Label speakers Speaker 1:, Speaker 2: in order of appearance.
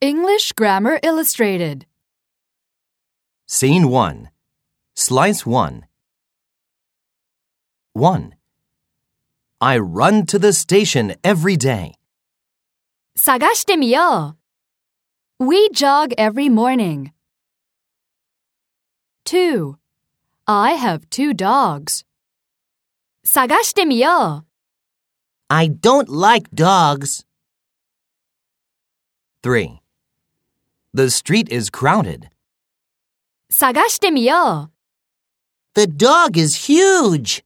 Speaker 1: English Grammar Illustrated.
Speaker 2: Scene 1. Slice 1. 1. I run to the station every day.
Speaker 1: 探してみよう. We jog every morning. 2. I have two dogs. 探してみよう.
Speaker 2: I don't like dogs. 3. The street is crowded.
Speaker 1: 探してみよう.
Speaker 2: The dog is huge.